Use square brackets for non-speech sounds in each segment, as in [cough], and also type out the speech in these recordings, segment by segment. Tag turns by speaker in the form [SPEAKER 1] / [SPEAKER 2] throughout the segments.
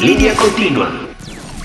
[SPEAKER 1] Línea continua.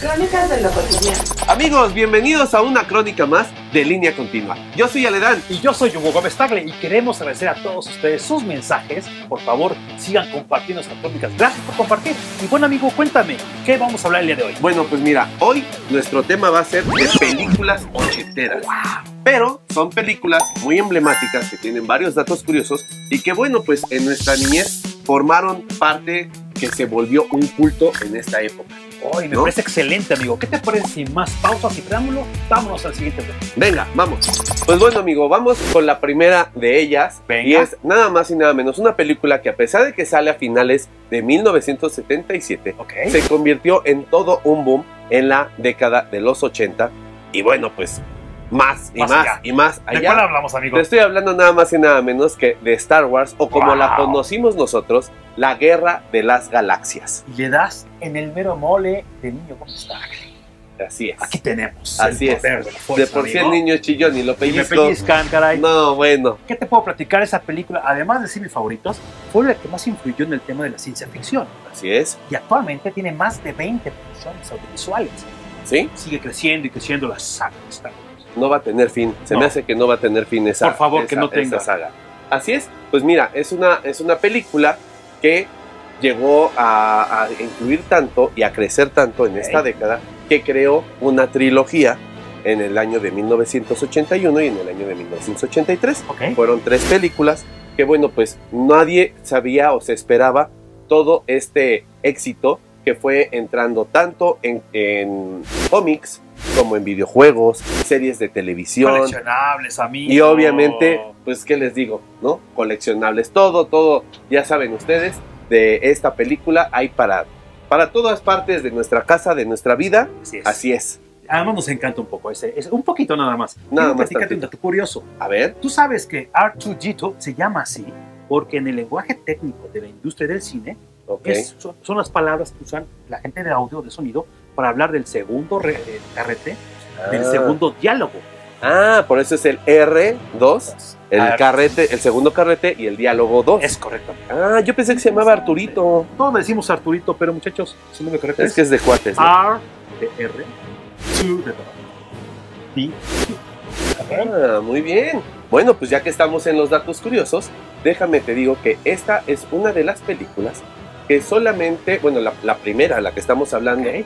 [SPEAKER 2] Crónicas de lo cotidiano.
[SPEAKER 1] Amigos, bienvenidos a una crónica más de Línea Continua. Yo soy Aledán.
[SPEAKER 3] Y yo soy Hugo Gómez Tagle y queremos agradecer a todos ustedes sus mensajes. Por favor, sigan compartiendo estas crónicas. Gracias por compartir. Y buen amigo, cuéntame, ¿qué vamos a hablar el día de hoy?
[SPEAKER 1] Bueno, pues mira, hoy nuestro tema va a ser de películas ochenteras. Pero son películas muy emblemáticas que tienen varios datos curiosos y que bueno, pues en nuestra niñez formaron parte que se volvió un culto en esta época.
[SPEAKER 3] Hoy me
[SPEAKER 1] ¿No?
[SPEAKER 3] parece excelente, amigo. ¿Qué te parece sin más pausas y preámbulo? Vámonos al siguiente bloque.
[SPEAKER 1] Venga, vamos. Pues bueno, amigo, vamos con la primera de ellas.
[SPEAKER 3] Venga.
[SPEAKER 1] Y es nada más y nada menos una película que a pesar de que sale a finales de 1977,
[SPEAKER 3] Ok.
[SPEAKER 1] se convirtió en todo un boom en la década de los 80. Y bueno, pues más y
[SPEAKER 3] Más
[SPEAKER 1] más,
[SPEAKER 3] allá.
[SPEAKER 1] y más
[SPEAKER 3] ¿De cuál
[SPEAKER 1] allá.
[SPEAKER 3] hablamos, amigo?
[SPEAKER 1] Te estoy hablando nada más y nada menos que de Star Wars o como
[SPEAKER 3] Wow.
[SPEAKER 1] la conocimos nosotros, la Guerra de las Galaxias.
[SPEAKER 3] Y le das en el mero mole de niño Gómez Tagle.
[SPEAKER 1] Así es.
[SPEAKER 3] Aquí tenemos.
[SPEAKER 1] Así
[SPEAKER 3] el
[SPEAKER 1] es.
[SPEAKER 3] poder de la fuerza,
[SPEAKER 1] de por sí el
[SPEAKER 3] Ah, amigo.
[SPEAKER 1] niño es chillón y lo
[SPEAKER 3] Y me
[SPEAKER 1] pellizco.
[SPEAKER 3] pellizcan, caray.
[SPEAKER 1] No, bueno.
[SPEAKER 3] ¿Qué te puedo platicar? Esa película, además de ser mis favoritos, fue la que más influyó en el tema de la ciencia ficción
[SPEAKER 1] Así es.
[SPEAKER 3] y actualmente tiene más de 20 producciones audiovisuales.
[SPEAKER 1] ¿Sí?
[SPEAKER 3] Sigue creciendo y creciendo la saga de Star Wars.
[SPEAKER 1] no va a tener fin. Se
[SPEAKER 3] No.
[SPEAKER 1] me hace que no va a tener fin esa,
[SPEAKER 3] Por favor, que
[SPEAKER 1] esa-
[SPEAKER 3] no tenga.
[SPEAKER 1] esa saga. Así es, pues mira, es una, es una película que llegó a, a incluir tanto y a crecer tanto en esta
[SPEAKER 3] Ok.
[SPEAKER 1] década que creó una trilogía en el año de 1981 y en el año de 1983.
[SPEAKER 3] ¿Ok?
[SPEAKER 1] Fueron tres películas que, bueno, pues nadie sabía o se esperaba todo este éxito que fue entrando tanto en, en cómics como en videojuegos, series de televisión
[SPEAKER 3] Coleccionables, amigos.
[SPEAKER 1] y obviamente, pues, ¿qué les digo? ¿No? Coleccionables, todo, todo, ya saben ustedes, de esta película hay para, para todas partes de nuestra casa, de nuestra vida,
[SPEAKER 3] Así es.
[SPEAKER 1] así es.
[SPEAKER 3] Además nos encanta un poco ese. es- un poquito nada más.
[SPEAKER 1] Nada
[SPEAKER 3] Quiero
[SPEAKER 1] más
[SPEAKER 3] platicarte un
[SPEAKER 1] tantito.
[SPEAKER 3] dato curioso.
[SPEAKER 1] A ver,
[SPEAKER 3] Tú sabes que R2-D2 se llama así porque en el lenguaje técnico de la industria del cine
[SPEAKER 1] ok,
[SPEAKER 3] Es- son, son las palabras que usan la gente de audio, de sonido, para hablar del segundo re- eh, carrete, del
[SPEAKER 1] Ah.
[SPEAKER 3] segundo diálogo.
[SPEAKER 1] Ah, por eso es el R2, el
[SPEAKER 3] Ah,
[SPEAKER 1] carrete, el segundo carrete y el diálogo 2.
[SPEAKER 3] Es correcto.
[SPEAKER 1] Ah, yo pensé que se llamaba Arturito.
[SPEAKER 3] Todos le decimos Arturito, pero muchachos, su nombre correcto
[SPEAKER 1] Es
[SPEAKER 3] es,
[SPEAKER 1] que es de cuates. ¿no?
[SPEAKER 3] R de R, 2 de 2. D.
[SPEAKER 1] Ah, muy bien. Bueno, pues ya que estamos en los datos curiosos, déjame te digo que esta es una de las películas que solamente, bueno, la, la primera, la que estamos hablando,
[SPEAKER 3] Ok.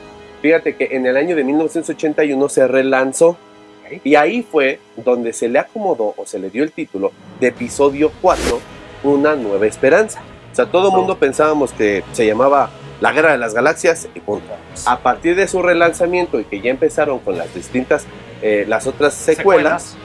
[SPEAKER 1] fíjate que en el año de 1981 se relanzó
[SPEAKER 3] Ok.
[SPEAKER 1] y ahí fue donde se le acomodó o se le dio el título de episodio 4, Una Nueva Esperanza. O sea, todo el
[SPEAKER 3] Oh.
[SPEAKER 1] mundo pensábamos que se llamaba La Guerra de las Galaxias y punto.
[SPEAKER 3] Pues.
[SPEAKER 1] A partir de su relanzamiento y que ya empezaron con las distintas, eh, las otras secuelas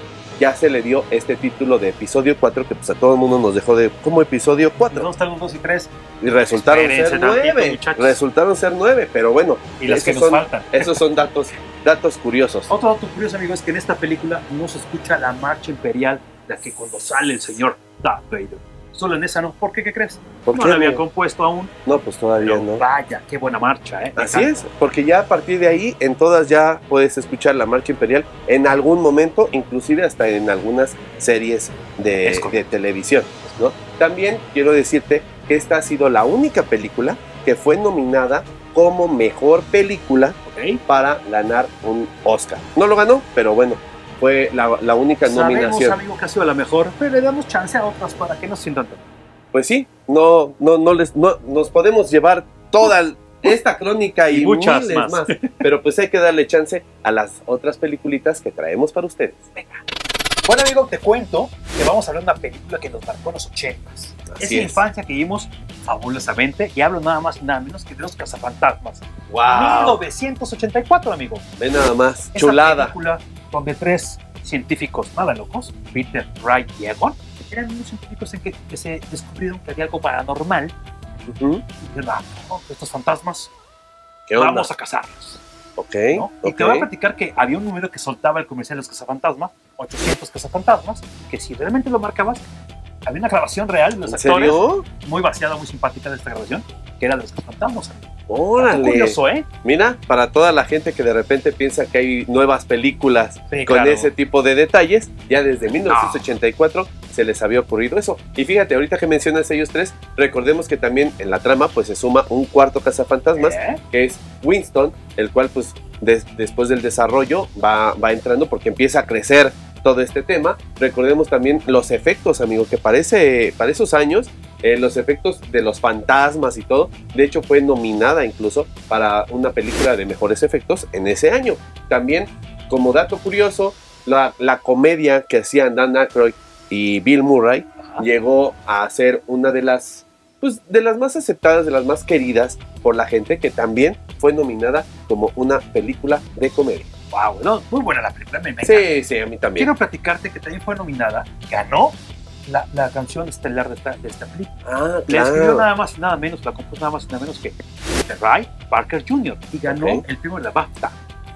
[SPEAKER 1] ya se le dio este título de episodio 4 que pues a todo el mundo nos dejó de como episodio 4
[SPEAKER 3] Dos, tres, dos y tres.
[SPEAKER 1] y resultaron
[SPEAKER 3] Espérense
[SPEAKER 1] ser
[SPEAKER 3] tantito,
[SPEAKER 1] 9
[SPEAKER 3] muchachos.
[SPEAKER 1] resultaron ser 9 pero bueno
[SPEAKER 3] Y las
[SPEAKER 1] Esos
[SPEAKER 3] que nos
[SPEAKER 1] son-
[SPEAKER 3] faltan.
[SPEAKER 1] esos son datos datos curiosos
[SPEAKER 3] Otro dato curioso, amigo, es que en esta película no se escucha la marcha imperial, la que cuando sale el señor Darth Vader. Solo en esa no. ¿Por qué? ¿Qué crees?
[SPEAKER 1] ¿Por
[SPEAKER 3] no
[SPEAKER 1] qué,
[SPEAKER 3] la había
[SPEAKER 1] amigo?
[SPEAKER 3] compuesto aún.
[SPEAKER 1] no pues todavía
[SPEAKER 3] Pero
[SPEAKER 1] no ¿Ah,
[SPEAKER 3] vaya, qué buena marcha, ¿eh?
[SPEAKER 1] así es porque ya a partir de ahí en todas ya puedes escuchar la marcha imperial en algún momento inclusive hasta en algunas series de,
[SPEAKER 3] Es
[SPEAKER 1] de
[SPEAKER 3] correcto.
[SPEAKER 1] televisión ¿no? también quiero decirte que esta ha sido la única película que fue nominada como mejor película
[SPEAKER 3] Ok.
[SPEAKER 1] para ganar un Oscar. No lo ganó, pero bueno, fue la, la única
[SPEAKER 3] Sabemos,
[SPEAKER 1] nominación.
[SPEAKER 3] amigo, que ha sido la mejor, pero le damos chance a otras para que no sientan tanto.
[SPEAKER 1] Pues sí, no, no, no les, no, nos podemos llevar toda el- esta crónica y,
[SPEAKER 3] Y muchas
[SPEAKER 1] miles
[SPEAKER 3] más.
[SPEAKER 1] más. pero pues hay que darle chance a las otras peliculitas que traemos para ustedes.
[SPEAKER 3] Bueno, amigo, te cuento que vamos a hablar de una película que nos marcó en los ochentas.
[SPEAKER 1] Así
[SPEAKER 3] Es
[SPEAKER 1] es.
[SPEAKER 3] la infancia que vimos fabulosamente y hablo nada más y nada menos que de los cazafantasmas.
[SPEAKER 1] Ah.
[SPEAKER 3] 1984, amigo.
[SPEAKER 1] Ve nada más,
[SPEAKER 3] Esa
[SPEAKER 1] chulada.
[SPEAKER 3] película donde tres científicos nada locos, Peter, Wright y Egon, eran unos científicos en que, que se descubrieron que había algo paranormal
[SPEAKER 1] Ujú.
[SPEAKER 3] y dijeron, ah, no, estos fantasmas,
[SPEAKER 1] ¿Qué onda?
[SPEAKER 3] vamos a cazarlos.
[SPEAKER 1] Ok,
[SPEAKER 3] ¿no? Y
[SPEAKER 1] ok.
[SPEAKER 3] te voy a platicar que había un número que soltaba el comercial de los cazafantasmas, 800 cazafantasmas, que si realmente lo marcabas, había una grabación real de los
[SPEAKER 1] ¿En
[SPEAKER 3] actores,
[SPEAKER 1] serio?
[SPEAKER 3] muy vaciada, muy simpática de esta grabación, que era de los cazafantasmas. amigo. Dato
[SPEAKER 1] Órale.
[SPEAKER 3] curioso, ¿eh?
[SPEAKER 1] Mira, para toda la gente que de repente piensa que hay nuevas películas
[SPEAKER 3] Sí,
[SPEAKER 1] con
[SPEAKER 3] claro.
[SPEAKER 1] ese tipo de detalles, ya desde 1984 se se les había ocurrido eso. Y fíjate, ahorita que mencionas a ellos tres, recordemos que también en la trama pues se suma un cuarto cazafantasmas,
[SPEAKER 3] ¿Eh?
[SPEAKER 1] que es Winston, el cual pues des- después del desarrollo va, va entrando porque empieza a crecer todo este tema. Recordemos también los efectos, amigo, que parece para esos años eh, los efectos de los fantasmas y todo. De hecho, fue nominada incluso para una película de mejores efectos en ese año. También, como dato curioso, la, la comedia que hacían Dan Aykroyd y Bill Murray
[SPEAKER 3] Ajá.
[SPEAKER 1] llegó a ser una de las, pues, de las más aceptadas, de las más queridas por la gente, que también fue nominada como una película de comedia.
[SPEAKER 3] Wow, no, muy buena la película, me, me encanta.
[SPEAKER 1] Sí, sí, a mí también.
[SPEAKER 3] Quiero platicarte que también fue nominada, ganó la, la canción estelar de esta, de esta película.
[SPEAKER 1] Ah,
[SPEAKER 3] La escribió
[SPEAKER 1] claro.
[SPEAKER 3] nada más y nada menos, la compuso nada más y nada menos que Ray Parker Jr. y ganó
[SPEAKER 1] Ok.
[SPEAKER 3] el premio de la BAFTA.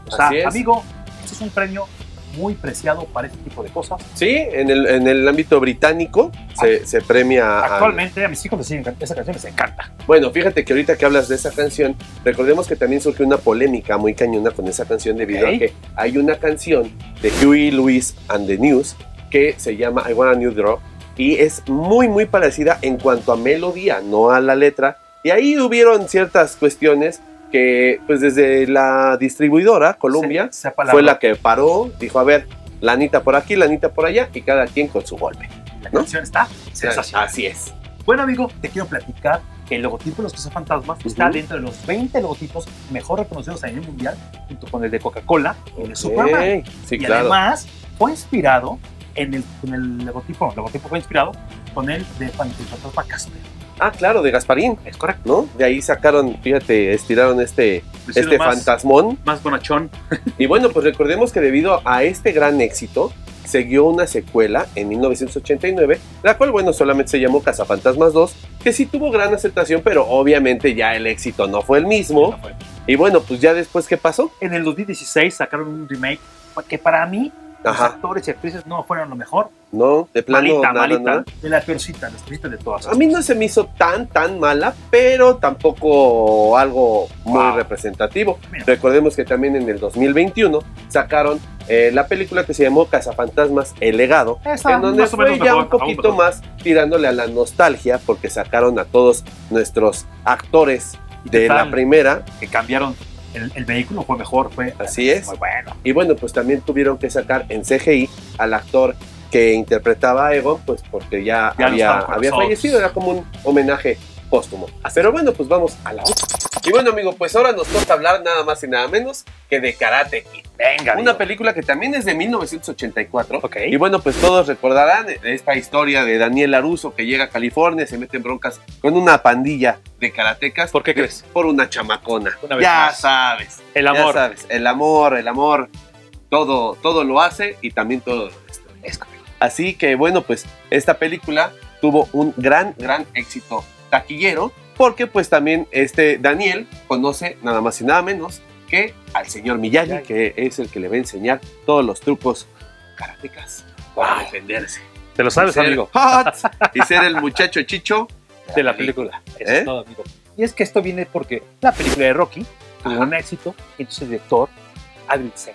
[SPEAKER 3] O sea,
[SPEAKER 1] Así es.
[SPEAKER 3] amigo, este es un premio muy preciado para este tipo de cosas.
[SPEAKER 1] Sí, en el, en el ámbito británico se, se premia al-
[SPEAKER 3] Actualmente a mis hijos les siguen can- esa canción les encanta.
[SPEAKER 1] Bueno, fíjate que ahorita que hablas de esa canción, recordemos que también surgió una polémica muy cañona con esa canción debido
[SPEAKER 3] Ok.
[SPEAKER 1] a que hay una canción de Huey Lewis and the News que se llama I Want a New Drop y es muy muy parecida en cuanto a melodía, no a la letra. Y ahí hubieron ciertas cuestiones que pues desde la distribuidora Columbia
[SPEAKER 3] Se- sepa
[SPEAKER 1] fue
[SPEAKER 3] palabra.
[SPEAKER 1] la que paró, dijo, a ver, lanita por aquí, lanita por allá y cada quien con su golpe.
[SPEAKER 3] La
[SPEAKER 1] ¿no?
[SPEAKER 3] canción está sensacional.
[SPEAKER 1] Así es.
[SPEAKER 3] Bueno, amigo, te quiero platicar que el logotipo de los Cazafantasmas está
[SPEAKER 1] Ujú.
[SPEAKER 3] dentro de los 20 logotipos mejor reconocidos a nivel mundial, junto con el de Coca-Cola y el de Superman.
[SPEAKER 1] Ok, Sí,
[SPEAKER 3] y
[SPEAKER 1] claro.
[SPEAKER 3] además fue inspirado en el, con el logotipo, el logotipo fue inspirado con el de Fantasma Casper.
[SPEAKER 1] Ah, claro, de Gasparín.
[SPEAKER 3] Es correcto.
[SPEAKER 1] ¿no? De ahí sacaron, fíjate, estiraron este,
[SPEAKER 3] Hicieron
[SPEAKER 1] este
[SPEAKER 3] más,
[SPEAKER 1] fantasmón.
[SPEAKER 3] Más bonachón.
[SPEAKER 1] Y bueno, pues recordemos que debido a este gran éxito, siguió una secuela en 1989, la cual, bueno, solamente se llamó Cazafantasmas 2, que sí tuvo gran aceptación, pero obviamente ya el éxito no fue el mismo. Y bueno, pues ya después, ¿qué pasó?
[SPEAKER 3] En el 2016 sacaron un remake que para mí los
[SPEAKER 1] Ajá,
[SPEAKER 3] actores y actrices no fueron lo mejor.
[SPEAKER 1] no, de plano,
[SPEAKER 3] malita,
[SPEAKER 1] nada,
[SPEAKER 3] malita.
[SPEAKER 1] nada.
[SPEAKER 3] De la peorcita, la peorcita de todas.
[SPEAKER 1] A mí no se me hizo tan, tan mala, pero tampoco algo muy
[SPEAKER 3] Wow.
[SPEAKER 1] representativo.
[SPEAKER 3] Mira.
[SPEAKER 1] Recordemos que también en el 2021 sacaron eh, la película que se llamó Cazafantasmas El Legado,
[SPEAKER 3] Esa,
[SPEAKER 1] en donde
[SPEAKER 3] más o
[SPEAKER 1] fue
[SPEAKER 3] menos
[SPEAKER 1] ya
[SPEAKER 3] mejor,
[SPEAKER 1] un
[SPEAKER 3] aún
[SPEAKER 1] poquito
[SPEAKER 3] mejor.
[SPEAKER 1] más tirándole a la nostalgia porque sacaron a todos nuestros actores
[SPEAKER 3] qué
[SPEAKER 1] de la
[SPEAKER 3] tal?
[SPEAKER 1] primera
[SPEAKER 3] que cambiaron el, el vehículo fue mejor, fue
[SPEAKER 1] Así es.
[SPEAKER 3] muy bueno.
[SPEAKER 1] y bueno pues también tuvieron que sacar en CGI al actor que interpretaba a Egon pues porque ya,
[SPEAKER 3] Ya no
[SPEAKER 1] había,
[SPEAKER 3] estaba con
[SPEAKER 1] había
[SPEAKER 3] nosotros.
[SPEAKER 1] fallecido era como un homenaje póstumo pero bueno pues vamos a la otra y bueno amigo pues ahora nos toca hablar nada más y nada menos que de Karate Kid
[SPEAKER 3] Venga,
[SPEAKER 1] Una
[SPEAKER 3] digo.
[SPEAKER 1] película que también es de 1984.
[SPEAKER 3] Ok.
[SPEAKER 1] Y bueno, pues todos recordarán esta historia de Daniel Laruso que llega a California, se mete en broncas con una pandilla de karatecas.
[SPEAKER 3] ¿Por qué crees?
[SPEAKER 1] Por una chamacona.
[SPEAKER 3] Una vez
[SPEAKER 1] ya
[SPEAKER 3] más.
[SPEAKER 1] sabes.
[SPEAKER 3] El
[SPEAKER 1] Ya
[SPEAKER 3] amor.
[SPEAKER 1] sabes. El amor, el amor. Todo, todo lo hace y también todo lo destruye.
[SPEAKER 3] Es correcto.
[SPEAKER 1] Así que bueno, pues esta película tuvo un gran, gran éxito taquillero porque pues también este Daniel conoce nada más y nada menos que al señor Miyagi,
[SPEAKER 3] Miyagi.
[SPEAKER 1] que es el que le va a enseñar todos los trucos karatecas para
[SPEAKER 3] Wow.
[SPEAKER 1] defenderse.
[SPEAKER 3] Te lo sabes,
[SPEAKER 1] Y ser-
[SPEAKER 3] amigo,
[SPEAKER 1] y ser el muchacho chicho
[SPEAKER 3] de la película. Eso
[SPEAKER 1] ¿Eh?
[SPEAKER 3] es todo, amigo. Y es que esto viene porque la película de Rocky tuvo
[SPEAKER 1] Ajá.
[SPEAKER 3] un éxito, y entonces el director Adrián dice,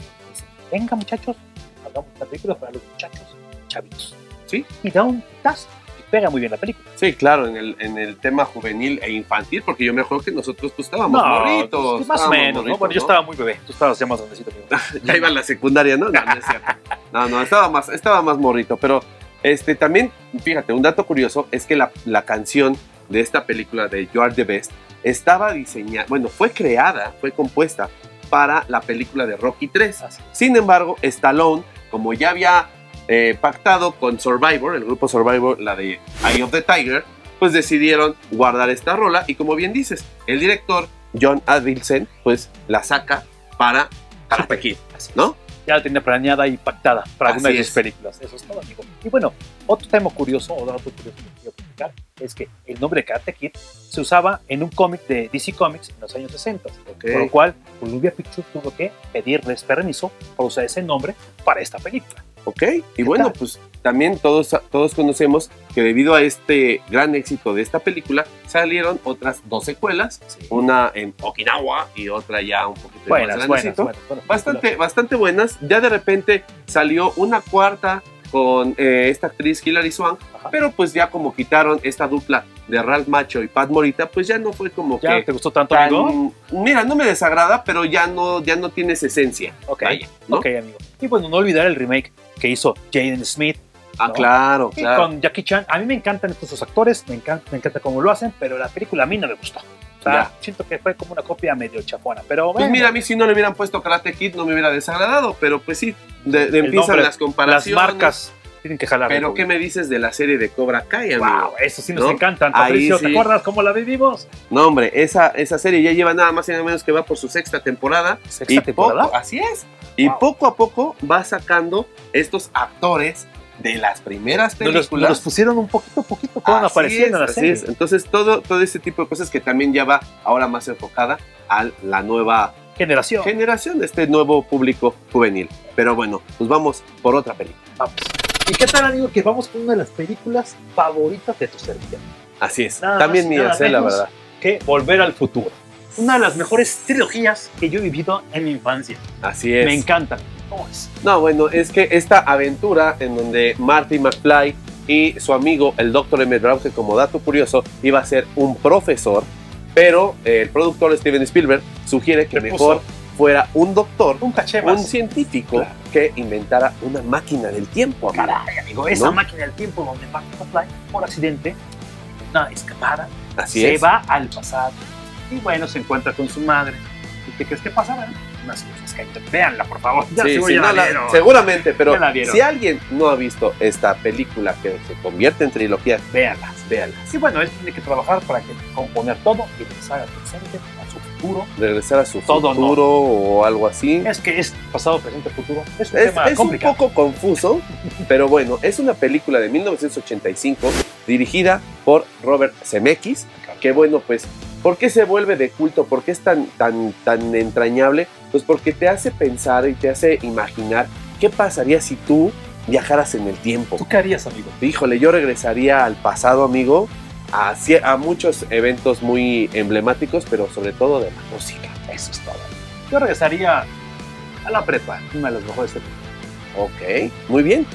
[SPEAKER 3] venga muchachos, hagamos una película para los muchachos chavitos.
[SPEAKER 1] Sí.
[SPEAKER 3] Y da un tazo y pega muy bien la película.
[SPEAKER 1] Sí, claro, en el, en el tema juvenil e infantil, porque yo me acuerdo que nosotros pues, estábamos morritos.
[SPEAKER 3] pues, más o
[SPEAKER 1] estábamos
[SPEAKER 3] menos, ¿no?
[SPEAKER 1] morritos,
[SPEAKER 3] Bueno, yo
[SPEAKER 1] ¿no?
[SPEAKER 3] estaba muy bebé, tú estabas ya más grandecito, amigo.
[SPEAKER 1] [laughs] ya iba a la secundaria, ¿no? No, no es cierto. No, no, estaba más, estaba más morrito. Pero este, también, fíjate, un dato curioso es que la, la canción de esta película de You Are the Best estaba diseñada, bueno, fue creada, fue compuesta para la película de Rocky 3.
[SPEAKER 3] Así.
[SPEAKER 1] Sin embargo, Stallone, como ya había eh, pactado con Survivor, el grupo Survivor, la de Eye of the Tiger, pues decidieron guardar esta rola y como bien dices, el director John Advilsen pues la saca para Karate Kid.
[SPEAKER 3] Así es.
[SPEAKER 1] ¿No?
[SPEAKER 3] Ya la tenía planeada y pactada para alguna
[SPEAKER 1] Así
[SPEAKER 3] de sus
[SPEAKER 1] es.
[SPEAKER 3] películas. Eso es todo, amigo. Y bueno, otro tema curioso, o dato curioso que quiero platicar, es que el nombre de Karate Kid se usaba en un cómic de DC Comics en los años 60. Por lo cual, Columbia Pictures tuvo que pedirles permiso para usar ese nombre para esta película.
[SPEAKER 1] Ok, y bueno,
[SPEAKER 3] tal?
[SPEAKER 1] pues también todos, todos conocemos que debido a este gran éxito de esta película salieron otras dos secuelas, una en Okinawa y otra ya un poquito más
[SPEAKER 3] Buenas, buenas,
[SPEAKER 1] grandecito.
[SPEAKER 3] buenas, buenas
[SPEAKER 1] Bastante, bastante buenas. Ya de repente salió una cuarta con eh, esta actriz Hilary Swank,
[SPEAKER 3] Ajá.
[SPEAKER 1] pero pues ya como quitaron esta dupla de Ralph Macho y Pat Morita, pues ya no fue como
[SPEAKER 3] ¿Ya
[SPEAKER 1] que
[SPEAKER 3] te gustó tanto,
[SPEAKER 1] tan-
[SPEAKER 3] amigo?
[SPEAKER 1] mira, no me desagrada, pero ya no ya no tienes esencia.
[SPEAKER 3] Ok,
[SPEAKER 1] Vaya, ¿no?
[SPEAKER 3] ok, amigo. Y bueno, no olvidar el remake que hizo Jaden Smith
[SPEAKER 1] Ah,
[SPEAKER 3] No.
[SPEAKER 1] claro,
[SPEAKER 3] y
[SPEAKER 1] claro.
[SPEAKER 3] con Jackie Chan. A mí me encantan estos dos actores, me encanta, me encanta cómo lo hacen, pero la película a mí no me gustó. O sea, siento que fue como una copia medio chafona, pero
[SPEAKER 1] Pues
[SPEAKER 3] bueno,
[SPEAKER 1] mira, a mí si no le hubieran puesto Karate Kid no me hubiera desagradado, pero pues sí, de- de empiezan
[SPEAKER 3] nombre,
[SPEAKER 1] las
[SPEAKER 3] las
[SPEAKER 1] comparaciones.
[SPEAKER 3] marcas tienen que jalar.
[SPEAKER 1] Pero ¿qué me dices de la serie de Cobra Kai, amigo?
[SPEAKER 3] Wow, eso sí nos
[SPEAKER 1] ¿No?
[SPEAKER 3] encantan,
[SPEAKER 1] Ahí
[SPEAKER 3] Patricio. ¿Te
[SPEAKER 1] sí.
[SPEAKER 3] acuerdas cómo la vivimos?
[SPEAKER 1] No, hombre, esa, esa serie ya lleva nada más y nada menos que va por su sexta temporada.
[SPEAKER 3] Sexta
[SPEAKER 1] y
[SPEAKER 3] temporada.
[SPEAKER 1] poco- así es. Y
[SPEAKER 3] Wow.
[SPEAKER 1] poco a poco va sacando estos actores de las primeras
[SPEAKER 3] Nos los,
[SPEAKER 1] películas.
[SPEAKER 3] nos los pusieron un poquito, poquito, fueron
[SPEAKER 1] Así
[SPEAKER 3] apareciendo
[SPEAKER 1] es,
[SPEAKER 3] en la
[SPEAKER 1] así
[SPEAKER 3] serie.
[SPEAKER 1] es. Entonces, todo, todo ese tipo de cosas que también ya va ahora más enfocada a la nueva
[SPEAKER 3] Generación.
[SPEAKER 1] generación de este nuevo público juvenil. Pero bueno, pues vamos por otra película.
[SPEAKER 3] Vamos. ¿Y qué tal, amigo? Que vamos con una de las películas favoritas de tu servidor,
[SPEAKER 1] Así es.
[SPEAKER 3] Nada
[SPEAKER 1] también
[SPEAKER 3] más y
[SPEAKER 1] mía,
[SPEAKER 3] nada
[SPEAKER 1] sé la
[SPEAKER 3] menos.
[SPEAKER 1] verdad.
[SPEAKER 3] que Volver al Futuro. Una de las mejores trilogías que yo he vivido en mi infancia.
[SPEAKER 1] Así es.
[SPEAKER 3] Me encantan. ¿Cómo es?
[SPEAKER 1] No, bueno, es que esta aventura en donde Marty McFly y su amigo el Dr. M. Brown, que como dato curioso iba a ser un profesor, pero eh, el productor Steven Spielberg sugiere que
[SPEAKER 3] Le
[SPEAKER 1] mejor fuera un doctor,
[SPEAKER 3] Un caché
[SPEAKER 1] un
[SPEAKER 3] más.
[SPEAKER 1] científico
[SPEAKER 3] Claro.
[SPEAKER 1] que inventara una máquina del tiempo. amigo.
[SPEAKER 3] Caray, amigo, esa
[SPEAKER 1] ¿No?
[SPEAKER 3] máquina del tiempo donde Marty McFly, por accidente, una escapada,
[SPEAKER 1] Así
[SPEAKER 3] se
[SPEAKER 1] es.
[SPEAKER 3] va al pasado y bueno, se encuentra con su madre. ¿Y qué crees que pasa? Bueno, unas cosas que véanla, por favor. Ya
[SPEAKER 1] Sí,
[SPEAKER 3] seguro
[SPEAKER 1] sí,
[SPEAKER 3] ya
[SPEAKER 1] no,
[SPEAKER 3] la
[SPEAKER 1] la-
[SPEAKER 3] vieron.
[SPEAKER 1] seguramente, pero
[SPEAKER 3] Ya la vieron.
[SPEAKER 1] si alguien no ha visto esta película que se convierte en trilogía,
[SPEAKER 3] Véanla.
[SPEAKER 1] véanla.
[SPEAKER 3] Y bueno, él tiene que trabajar para que componer todo y regresar al presente, a su futuro.
[SPEAKER 1] Regresar a su
[SPEAKER 3] Todo no.
[SPEAKER 1] futuro o algo así.
[SPEAKER 3] Es que es pasado, presente, futuro. Es un
[SPEAKER 1] Es,
[SPEAKER 3] tema
[SPEAKER 1] es un
[SPEAKER 3] complicado.
[SPEAKER 1] poco confuso, pero bueno, es una película de 1985 dirigida por Robert Zemeckis, que bueno, pues, ¿por qué se vuelve de culto? ¿Por qué es tan, tan, tan entrañable? Pues porque te hace pensar y te hace imaginar qué pasaría si tú viajaras en el tiempo.
[SPEAKER 3] ¿Tú qué harías, amigo?
[SPEAKER 1] Híjole, yo regresaría al pasado, amigo, a, cie- a muchos eventos muy emblemáticos, pero sobre todo de la música.
[SPEAKER 3] Eso es todo. Yo regresaría a la prepa, una de las mejores épocas.
[SPEAKER 1] Ok, muy bien.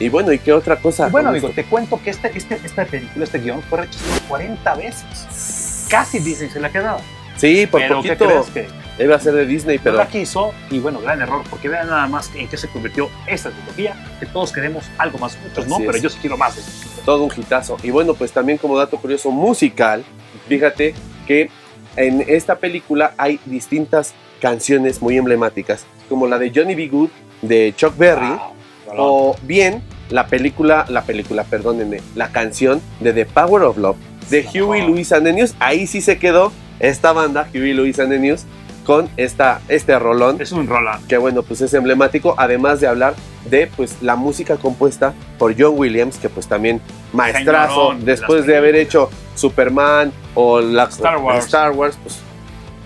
[SPEAKER 1] Y bueno, ¿y qué otra cosa?
[SPEAKER 3] Y bueno,
[SPEAKER 1] Augusto?
[SPEAKER 3] amigo, te cuento que este, este, esta película, este guión, fue rechazado 40 veces. Casi dicen, se la quedaba.
[SPEAKER 1] Sí, por
[SPEAKER 3] Pero ¿qué
[SPEAKER 1] poquito
[SPEAKER 3] crees que
[SPEAKER 1] iba a ser de Disney,
[SPEAKER 3] pero...
[SPEAKER 1] pero
[SPEAKER 3] la quiso? Y bueno, gran error, porque vean nada más en qué se convirtió esta trilogía, que todos queremos algo más, muchos no,
[SPEAKER 1] Así es.
[SPEAKER 3] pero yo sí quiero más. de esto.
[SPEAKER 1] todo un hitazo. Y bueno, pues también como dato curioso musical, fíjate que en esta película hay distintas canciones muy emblemáticas, como la de Johnny B. Good de Chuck Berry,
[SPEAKER 3] Ah, O-
[SPEAKER 1] o bien la película, la película, perdónenme, la canción de The Power of Love de
[SPEAKER 3] La
[SPEAKER 1] Huey
[SPEAKER 3] mejor.
[SPEAKER 1] Lewis and the News. Ahí sí se quedó esta banda, Huey Lewis and the News, con esta, este rolón
[SPEAKER 3] Es un rola.
[SPEAKER 1] que bueno, pues es emblemático, además de hablar de pues la música compuesta por John Williams, que pues también maestrazo,
[SPEAKER 3] Señorón,
[SPEAKER 1] después
[SPEAKER 3] las
[SPEAKER 1] de haber hecho Superman o la,
[SPEAKER 3] Star Wars.
[SPEAKER 1] Star Wars, pues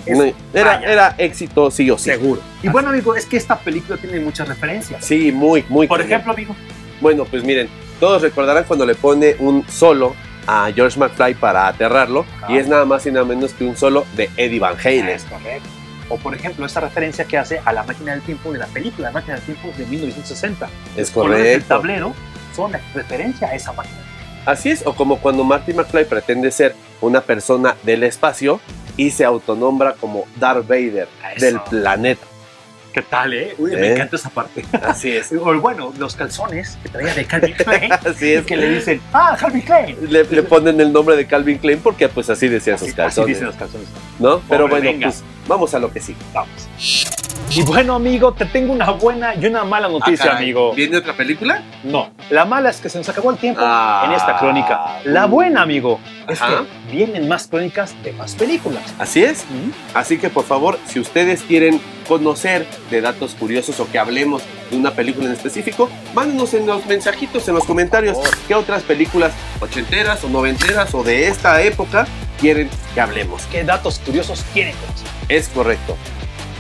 [SPEAKER 3] Es-
[SPEAKER 1] no, era,
[SPEAKER 3] vaya.
[SPEAKER 1] era éxito sí o sí.
[SPEAKER 3] Seguro. Y bueno, amigo, es que esta película tiene muchas referencias.
[SPEAKER 1] Sí, muy, muy.
[SPEAKER 3] Por
[SPEAKER 1] cañón.
[SPEAKER 3] ejemplo, amigo,
[SPEAKER 1] Bueno, pues miren, todos recordarán cuando le pone un solo a George McFly para aterrarlo,
[SPEAKER 3] Ajá.
[SPEAKER 1] y es nada más y nada menos que un solo de Eddie Van Halen.
[SPEAKER 3] Ah, es correcto. O por ejemplo, esa referencia que hace a la máquina del tiempo de la película, la máquina del tiempo de 1960.
[SPEAKER 1] Es
[SPEAKER 3] colores del
[SPEAKER 1] correcto.
[SPEAKER 3] tablero son referencia a esa máquina.
[SPEAKER 1] Así es, o como cuando Marty McFly pretende ser una persona del espacio y se autonombra como Darth Vader
[SPEAKER 3] Eso.
[SPEAKER 1] del planeta.
[SPEAKER 3] ¿Qué tal, eh? Uy, me
[SPEAKER 1] ¿Eh?
[SPEAKER 3] encanta esa parte.
[SPEAKER 1] Así es.
[SPEAKER 3] [laughs] O bueno, los calzones que traía de Calvin Klein
[SPEAKER 1] Así
[SPEAKER 3] y
[SPEAKER 1] es.
[SPEAKER 3] que le dicen, ¡Ah, Calvin Klein!
[SPEAKER 1] Le, le ponen el nombre de Calvin Klein porque pues así decían
[SPEAKER 3] Así-
[SPEAKER 1] sus
[SPEAKER 3] así
[SPEAKER 1] calzones,
[SPEAKER 3] dicen los calzones.
[SPEAKER 1] ¿no? Pero
[SPEAKER 3] Pobre,
[SPEAKER 1] bueno,
[SPEAKER 3] venga.
[SPEAKER 1] pues vamos a lo que sí.
[SPEAKER 3] Vamos. Y bueno, amigo, te tengo una buena y una mala
[SPEAKER 1] Ah,
[SPEAKER 3] noticia, amigo.
[SPEAKER 1] ¿Viene otra película?
[SPEAKER 3] No, la mala es que se nos acabó el tiempo
[SPEAKER 1] Ah. Uh.
[SPEAKER 3] en esta crónica. La buena, amigo, es
[SPEAKER 1] Ajá.
[SPEAKER 3] que vienen más crónicas de más películas.
[SPEAKER 1] Así es. Así que por favor, si ustedes quieren conocer de datos curiosos o que hablemos de una película en específico, mándenos en los mensajitos, en los comentarios,
[SPEAKER 3] favor.
[SPEAKER 1] qué otras películas ochenteras o noventeras o de esta época quieren que hablemos.
[SPEAKER 3] ¿Qué datos curiosos quieren conocer?
[SPEAKER 1] Es correcto.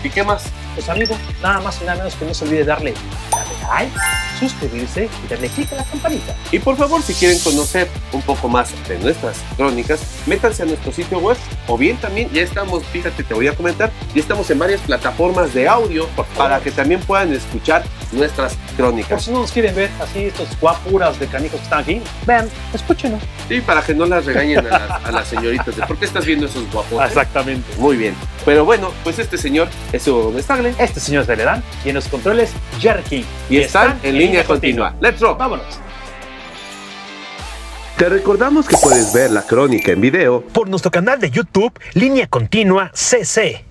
[SPEAKER 1] ¿Y qué más?
[SPEAKER 3] Pues, amigo, nada más y nada menos que no se olvide darle. dale, like, suscribirse y darle clic a la campanita.
[SPEAKER 1] Y por favor, si quieren conocer un poco más de nuestras crónicas, métanse a nuestro sitio web o bien también ya estamos, fíjate, te voy a comentar, ya estamos en varias plataformas de audio para que también puedan escuchar nuestras
[SPEAKER 3] Por
[SPEAKER 1] crónicas.
[SPEAKER 3] si no nos quieren ver así, estos guapuras de canijos que están aquí, vean, escúchenos.
[SPEAKER 1] Y para que no las regañen a las, a las señoritas de por qué estás viendo esos guapos.
[SPEAKER 3] Exactamente.
[SPEAKER 1] Muy bien. Pero bueno, pues este señor es Hugo Gómez Tagle
[SPEAKER 3] Este señor es Beledán y en los controles, Jerry King.
[SPEAKER 1] y están en línea continua. ¡Let's rock!
[SPEAKER 3] Vámonos.
[SPEAKER 1] Te recordamos que puedes ver la crónica en video
[SPEAKER 4] por nuestro canal de YouTube Línea Continua CC.